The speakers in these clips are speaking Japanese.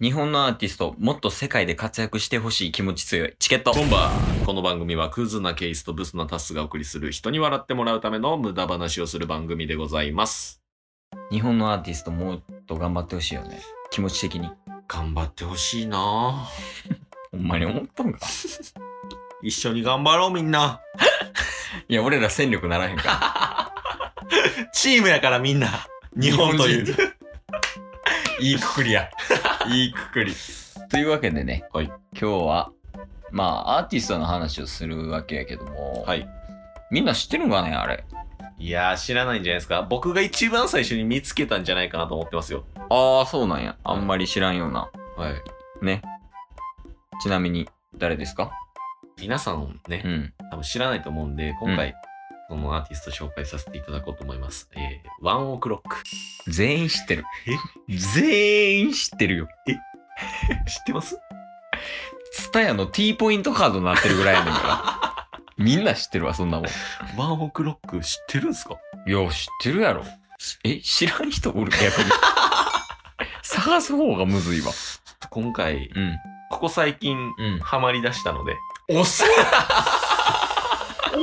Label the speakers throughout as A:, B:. A: 日本のアーティスト、もっと世界で活躍してほしい気持ち強い。チケット。
B: こんばんはこの番組はクズなケースとブスなタスがお送りする人に笑ってもらうための無駄話をする番組でございます。
A: 日本のアーティスト、もっと頑張ってほしいよね。気持ち的に。
B: 頑張ってほしいなぁ
A: ほんまに思ったんか。
B: 一緒に頑張ろうみんな。
A: いや、俺ら戦力ならへんか。
B: チームやからみんな。日本という。
A: いいくくり や。いいくくり。 というわけでね、
B: はい
A: 今日は、まあ、アーティストの話をするわけやけども、
B: はい。
A: みんな知ってるんかね、あれ。
B: いやー知らないんじゃないですか。僕が一番最初に見つけたんじゃないかなと思ってますよ。
A: ああ、そうなんや。あんまり知らんような。
B: はい。
A: ね。ちなみに、誰ですか
B: 皆さんね、
A: うん。
B: 多分知らないと思うんで、今回、そのアーティスト紹介させていただこうと思います。えー、ワンオクロック。
A: 全員知ってる。全員知ってるよ。
B: 知ってます
A: ツタヤの T ポイントカードになってるぐらいやねん から。みんな知ってるわ、そんなもん。
B: ワンオクロック知ってるんすか
A: いや、知ってるやろ。え、知らん人おる逆に。 探す方がむずいわ。
B: 今回、
A: うん。
B: ここ最近、
A: うん。
B: ハマり出したので、
A: 遅い遅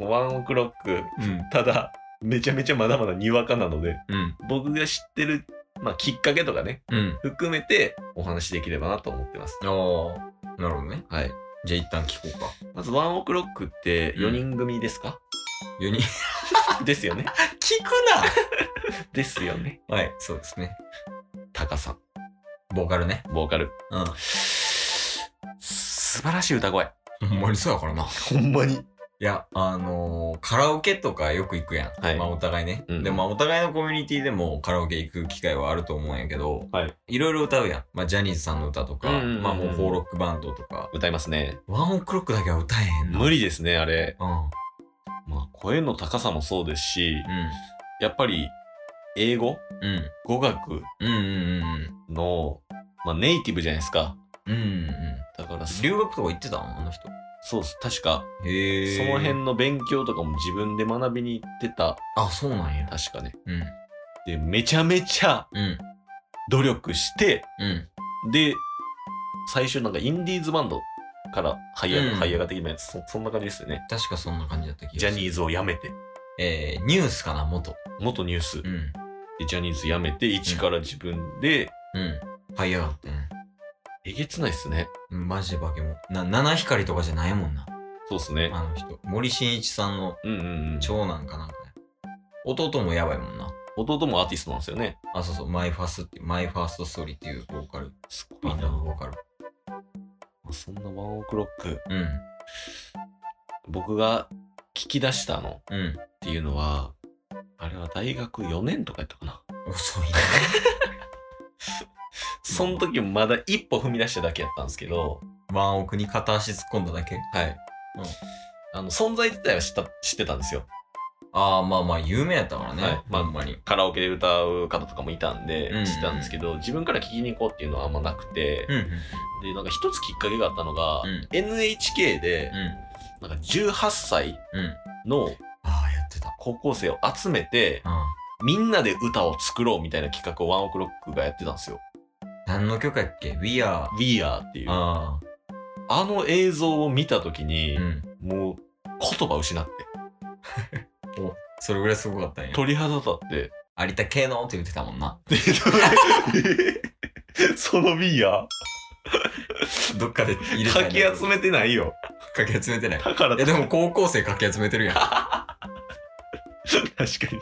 A: い
B: ワンオクロック、
A: うん。
B: ただ、めちゃめちゃまだまだにわかなので、
A: うん。
B: 僕が知ってる、まあ、きっかけとかね、
A: うん。
B: 含めてお話しできればなと思ってます。
A: ああ、なるほどね。
B: はい。
A: じゃあ一旦聞こうか。
B: まず、ワンオクロックって4人組ですか、
A: 4人。
B: ですよね。
A: 聞く
B: ですよね。
A: なはい、そうですね。
B: タカさん、
A: ボーカルね。
B: ボーカル。
A: うん。
B: 素晴らしい歌声。
A: ほんまにそうやからな。
B: ほんまに。
A: いや、あのーカラオケとかよく行くやん。
B: はい
A: まあお互いね。
B: うん
A: で、まあお互いのコミュニティでもカラオケ行く機会はあると思うんやけど、
B: はい。
A: ろいろ歌うやん。まあジャニーズさんの歌とか、
B: うんうんうんうん
A: まあもうフォーロックバンドとか、
B: 歌いますね。
A: ワンオクロックだけは歌えへんな。
B: 無理ですね、あれ。
A: うん。うん。
B: まあ、声の高さもそうですし、やっぱり、英語
A: うん。
B: 語学
A: うんうん
B: の、まあ、ネイティブじゃないですか。
A: うんうん。うんうん。
B: だから、そ
A: 留学とか行ってたのあの人。
B: そうです。確か、そ
A: へえ。
B: の辺。の勉強とかも自分で学びに行ってた。
A: あ、そうなんや。
B: 確かね。
A: うん。
B: で、めちゃめちゃ
A: うん。
B: 努力して、
A: うん。
B: で、最初なんかインディーズバンドから這い,、
A: うん
B: 這い上がってきたやつ。そそんな感じですよね。
A: 確かそんな感じだった気が
B: ジャニ
A: ー
B: ーズを辞めて、
A: えー、ニュースかな、元。
B: 元ニュース
A: う、ん。
B: でジャニーズ辞めて、一から自分で、
A: うん。はい、やがってね。
B: えげつないっすね。
A: うんマジで化け物。な、七光とかじゃないもんな。
B: そうっすね。
A: あの人。森進一さんの
B: うんうんうん。
A: 長男かなんかね。弟もやばいもんな。
B: 弟もアーティストなんですよね。
A: あ、そうそう、マイファーストって、マイファーストストーリーっていうボーカル。
B: すご
A: バ
B: い
A: ンド
B: な。
A: の
B: ま
A: ボーカル。
B: あそんなワンオクロック、
A: うん。
B: 僕が聞き出したのっ
A: うん。
B: ていうのは、あれは大学4年とかやったかな。
A: 遅いな。
B: その時もまだ一歩踏み出しただけやったんですけど、
A: ワンオクに片足突っ込んだだけ
B: はい。
A: うん
B: あの、存在自体は知った、知ってたんですよ。
A: ああ、まあまあ、有名やったからね。
B: はい
A: まあ、ほんまに。
B: カラオケで歌う方とかもいたんで
A: うんうん、
B: 知ってたんですけど、自分から聞きに行こうっていうのはあんまなくて、
A: うん。うん。
B: で、なんか一つきっかけがあったのが、
A: うん
B: NHK で、なんか18歳
A: うん。うん。
B: の
A: ああ、やってた。
B: 高校生を集めて、
A: う
B: みんなで歌を作ろうみたいな企画をワンオクロックがやってたんですよ。
A: ん。何の曲やっけ ?We are.
B: We Are っていう。あ
A: あ
B: の映像を見た時に
A: あ。う、ん。
B: もう言葉失って、
A: お、それぐらいすごかったんや。
B: 鳥肌立 って。
A: 有田系のって言ってたもんな。
B: その We Are
A: どっかで入れたん
B: か
A: や
B: き集めてないよ。
A: かき集めて ない。
B: だから、
A: いやでも高校生かき集めてるや ん。
B: 確かに。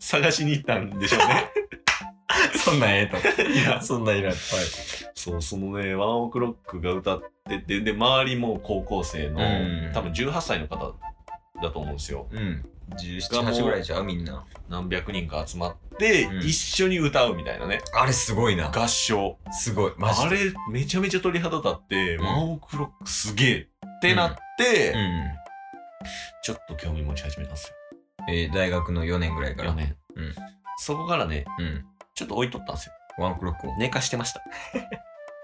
B: 探しに行ったんでしょうね。
A: そんなんええと。
B: い や
A: そんなんいらん。はい。
B: そう、そのね、ワンオクロックが歌ってて、で、周りも高校生の
A: うん、
B: 多分18歳の方だと思うんですよ。
A: うん。17、8ぐらいちゃうみんな。
B: 何百人か集まって、
A: うん
B: 一緒に歌うみたいなね。
A: あれすごいな。
B: 合唱。
A: すごい。マジ
B: あ
A: で。
B: れ、めちゃめちゃ鳥肌立って、
A: うん
B: ワンオクロックすげえってなって、
A: う
B: ちょっと興味持ち始めたんですよ。
A: ん。えー大学の4年ぐらいから。
B: 4年。
A: うん
B: そこからね、
A: うん。
B: ちょっと置いとったんですよ。
A: ワンクロックを。
B: 寝かしてました。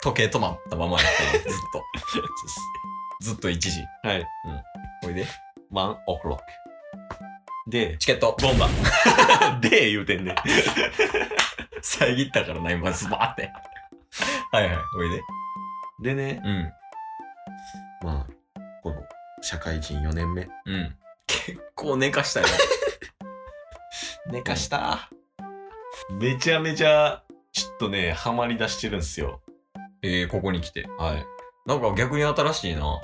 A: 時計止まったままやったよずっと。ずっと1時。
B: はい。
A: おいで。
B: ワンオクロック。で、
A: チケット。
B: ボンバー。で、言うてんね。遮ったからな、今、ズバーって。はいはい、おいで。でね、
A: うん。
B: まあ、この、社会人4年目。
A: うん。結構寝かしたよ。
B: 寝かした。めちゃめちゃ、ちょっとね、ハマり出してるんすよ。
A: えー、ここに来て。
B: はい。
A: なんか逆に新しいな。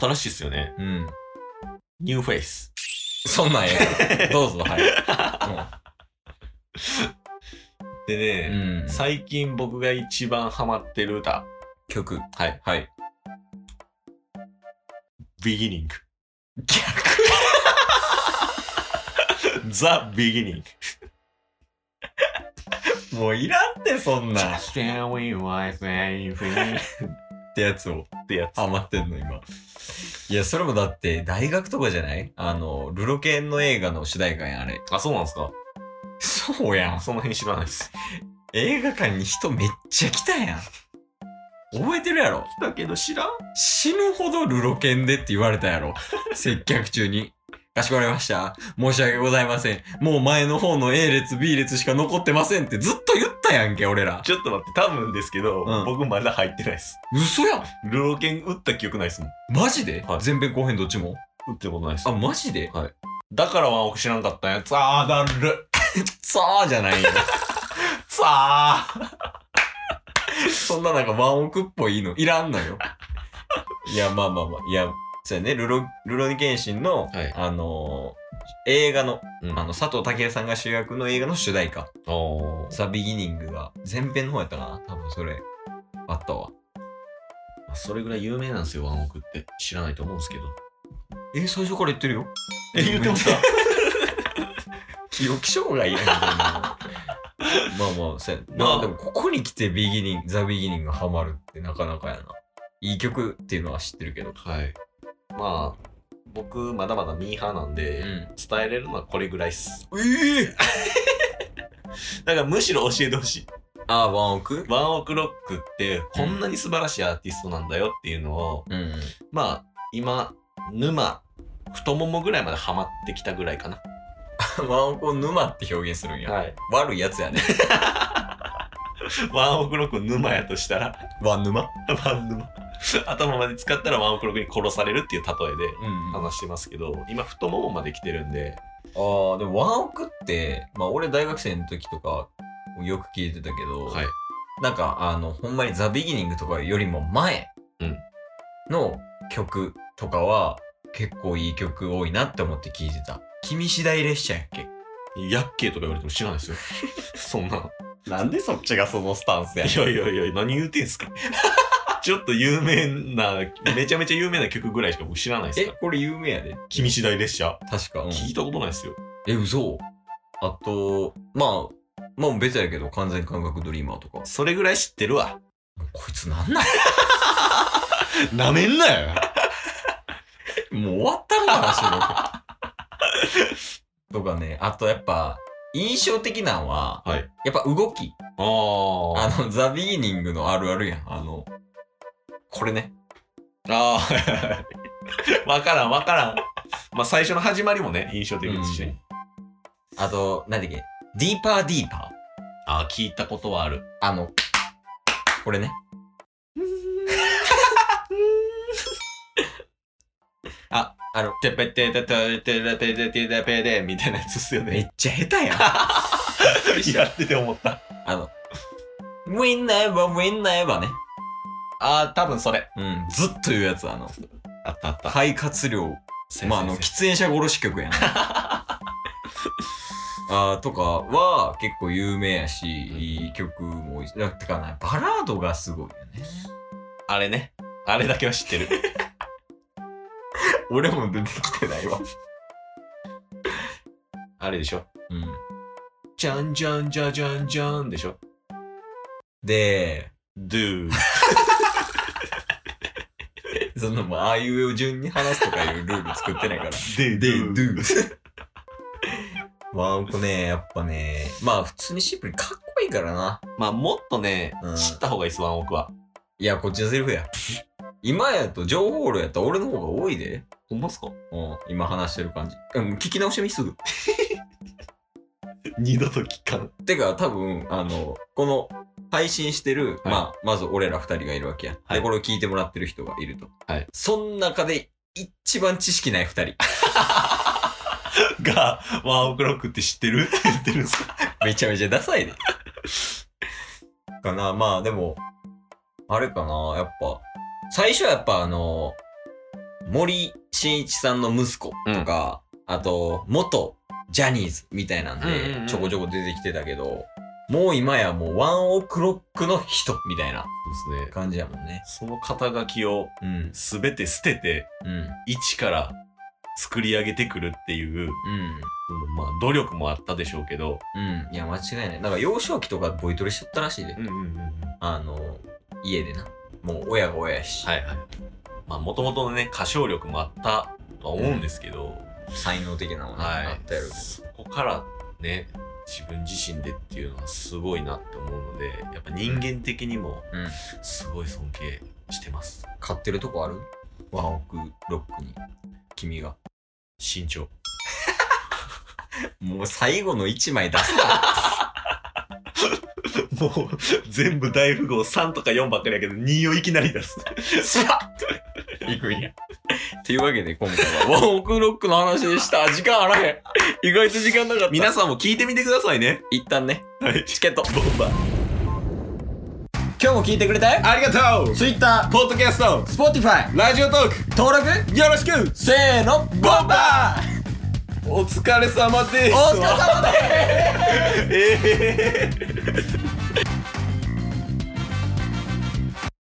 B: 新しいっすよね。
A: うん。
B: ニューフェイス。
A: そんなんやから。どうぞ、は
B: で
A: い。
B: ね、
A: ん
B: 最近僕が一番ハマってる歌。
A: 曲。
B: はい。
A: はい。
B: ビギニング。逆ザ・ビギニング。
A: もういらんって、そんなん。っ
B: Just a wee wife and free
A: てやつを。
B: ってやつ。
A: 余ってんの、今。いや、それもだって、大学とかじゃないあの、ルロケンの映画の主題歌やん、あれ。
B: あ、そうなんですか
A: そうやん。
B: その辺知らないです。
A: 映画館に人めっちゃ来たやん。覚えてるやろ
B: だけど知らん
A: 死ぬほどルロケンでって言われたや ろ。接客中に。かしこまりました。申し訳ございません。もう前の方の A 列、B 列しか残ってませんってずっと言ったやんけ、俺ら。
B: ちょっと待って、多分ですけど、
A: うん
B: 僕まだ入ってないです。
A: 嘘やん
B: ルロケン打った記憶ないですもん。
A: マジで、
B: はい
A: 前編後編どっちも
B: 打ったことないです
A: あ、。マジで
B: だからワンオク知らんかったんやつ。あーだる。
A: さあじゃないよ。
B: さあ。
A: そんななんかワンオクっぽいのいらんの よ。いや、まあまあまあ。いや、そうやね、ルロ、ルロニケンシンの、
B: はい
A: あのー映画の、
B: うん
A: あの、佐藤健さんが主役の映画の主題歌。
B: おー
A: ザ・ビギニングが前編の方やったかな多分それあったわ
B: それぐらい有名なんですよ、ワンオクって。知らないと思うんですけど。
A: えー最初から言ってるよ
B: え、言ってました。
A: 記憶障害やんま あまあせんま
B: まあ
A: あでもここに来てビギニングザ・ビギニングがハマるってなかなかやないい曲っていうのは知ってるけど
B: はい。まあ、僕、まだまだミーハーなんで、
A: ん
B: 伝えれるのはこれぐらいっす。
A: ええ
B: だからむしろ教えてほしい。
A: ああワンオク
B: ワンオクロックってこんなに素晴らしいアーティストなんだよっていうのを、
A: うん
B: まあ、今、沼、太ももぐらいまでハマってきたぐらいかな。
A: ワンオクを沼って表現するんや、
B: はい。
A: 悪いやつやね
B: ワンオクロックを沼やとしたら、
A: ワン沼
B: ワン沼。頭まで使ったらワンオクロックに殺されるっていう例えで
A: うん、あ
B: 話してますけど、今太ももまで来てるんで、
A: あでもワンオクってまあ俺大学生の時とかよく聞いてたけど、
B: はい。
A: なんかあのほんまに「ザ・ビギニングとかよりも前
B: うん
A: の曲とかは結構いい曲多いなって思って聴いてた「君次第列車」やっけ
B: ヤッケーとか言われても知らないですよ。 そんな。
A: なんでそっちがそのスタンス
B: いやいやいや、何言うてんすか。ちょっと有名な、めちゃめちゃ有名な曲ぐらいしか僕知らないです
A: え
B: から。
A: これ有名やで
B: 君次第列車。
A: 確か、うん、
B: 聞いたことないですよ。
A: え嘘あとまあまあ別やけど完全感覚ドリーマーとか
B: それぐらい知ってるわ。
A: こいつなんなん
B: なめんなよ。
A: もう終わったんかな仕事とかねあとやっぱ印象的なんは、
B: はい
A: やっぱ動きあ
B: あ
A: の、ザ・ビギニングのあるあるやん。あの、これね。
B: あ。ああ。 わからんわからん。まあ最初の始まりもね、印象的ですしね。
A: あと、なんだっけ、ディーパーディーパー。
B: ああ、聞いたことはある。
A: あの、これね。
B: あ、
A: あの、
B: てぺててててててててぺでみたいなやつっすよ
A: め
B: ね。
A: っちゃ下手やん。
B: やってて思った。
A: あの、ウィンナーバー、ウィンナーバーね。
B: ああ、多分それ。
A: うん、ずっと言うやつ、あの、
B: あったあった。
A: 肺活量。まあ、あの、喫煙者殺し曲 やん。あーとかは結構有名やし、いい曲も多いし。だってかな、バラードがすごいよね。
B: あれね。あれだけは知ってる。
A: 俺も出てきてないわ。
B: あれでしょ。
A: うん。
B: じゃんじゃんじゃじゃんじゃんでしょ。
A: で、
B: ドゥ
A: そのもうあいうえを順に話すとかいうルール作ってないから。
B: で
A: で、ドゥー。ワンオクね、やっぱね、まあ普通にシンプルにかっこいいからな。
B: まあ、もっとね、
A: うん
B: 知った方がいいです、ワンオクは。
A: いや、こっちのセリフや。今やと情報量やったら俺の方が多いで。
B: ほんますか
A: うん、今話してる感じ。うん、聞き直してみすぐ。
B: 二度と聞かん。
A: てか多分あのこの配信してる、
B: はい
A: まあ、まず俺ら二人がいるわけや、
B: はい
A: でこれを聞いてもらってる人がいると、
B: はい
A: そん中で一番知識ない 二人
B: が、ワンオクロックって知ってるって言ってるんですか
A: めちゃめちゃダサいでかなまあでもあれかなやっぱ最初はやっぱあの森進一さんの息子とか、あと元ジャニーズみたいなん
B: うんうんうん
A: でちょこちょこ出てきてたけど、もう今やもうワンオクロックの人みたいな
B: そうですね。
A: 感じやもんね
B: その肩書きを
A: うん
B: すべて捨てて、
A: うん
B: 一から作り上げてくるっていう、そのまあ努力もあったでしょうけど、
A: うんうんいや間違いないなんか幼少期とかボイトレしちゃったらしいで、
B: んうんうん。
A: あの家でなもう親が親やし、
B: はいはい。まあもともとのね、歌唱力もあったとは思うんですけど、
A: 才能的なもの
B: はい。
A: あったやろうけど
B: そこからね、自分自身でっていうのはすごいなって思うので、やっぱ人間的にも
A: うん、
B: すごい尊敬してます。
A: 買ってるとこあるワンオクロックに君が
B: 身長。
A: もう最後の1枚出す な
B: もう、全部大富豪3とか4ばっかりやけど、2をいきなり出す。
A: スパッといくんやっていうわけで今回はワンオクロックの話でした時間あらへん意外と時間なかった
B: 皆さんも聞いてみてくださいね。
A: 一旦ね
B: はい。
A: チケット
B: ボンバー。
A: 今日も聞いてくれたよ
B: ありがとう
A: Twitter、
B: ポッドキャスト、
A: Spotify
B: ラジオトーク、
A: 登録
B: よろしく
A: せーのボンバー
B: お疲れ様です
A: お疲れ様です
B: ええ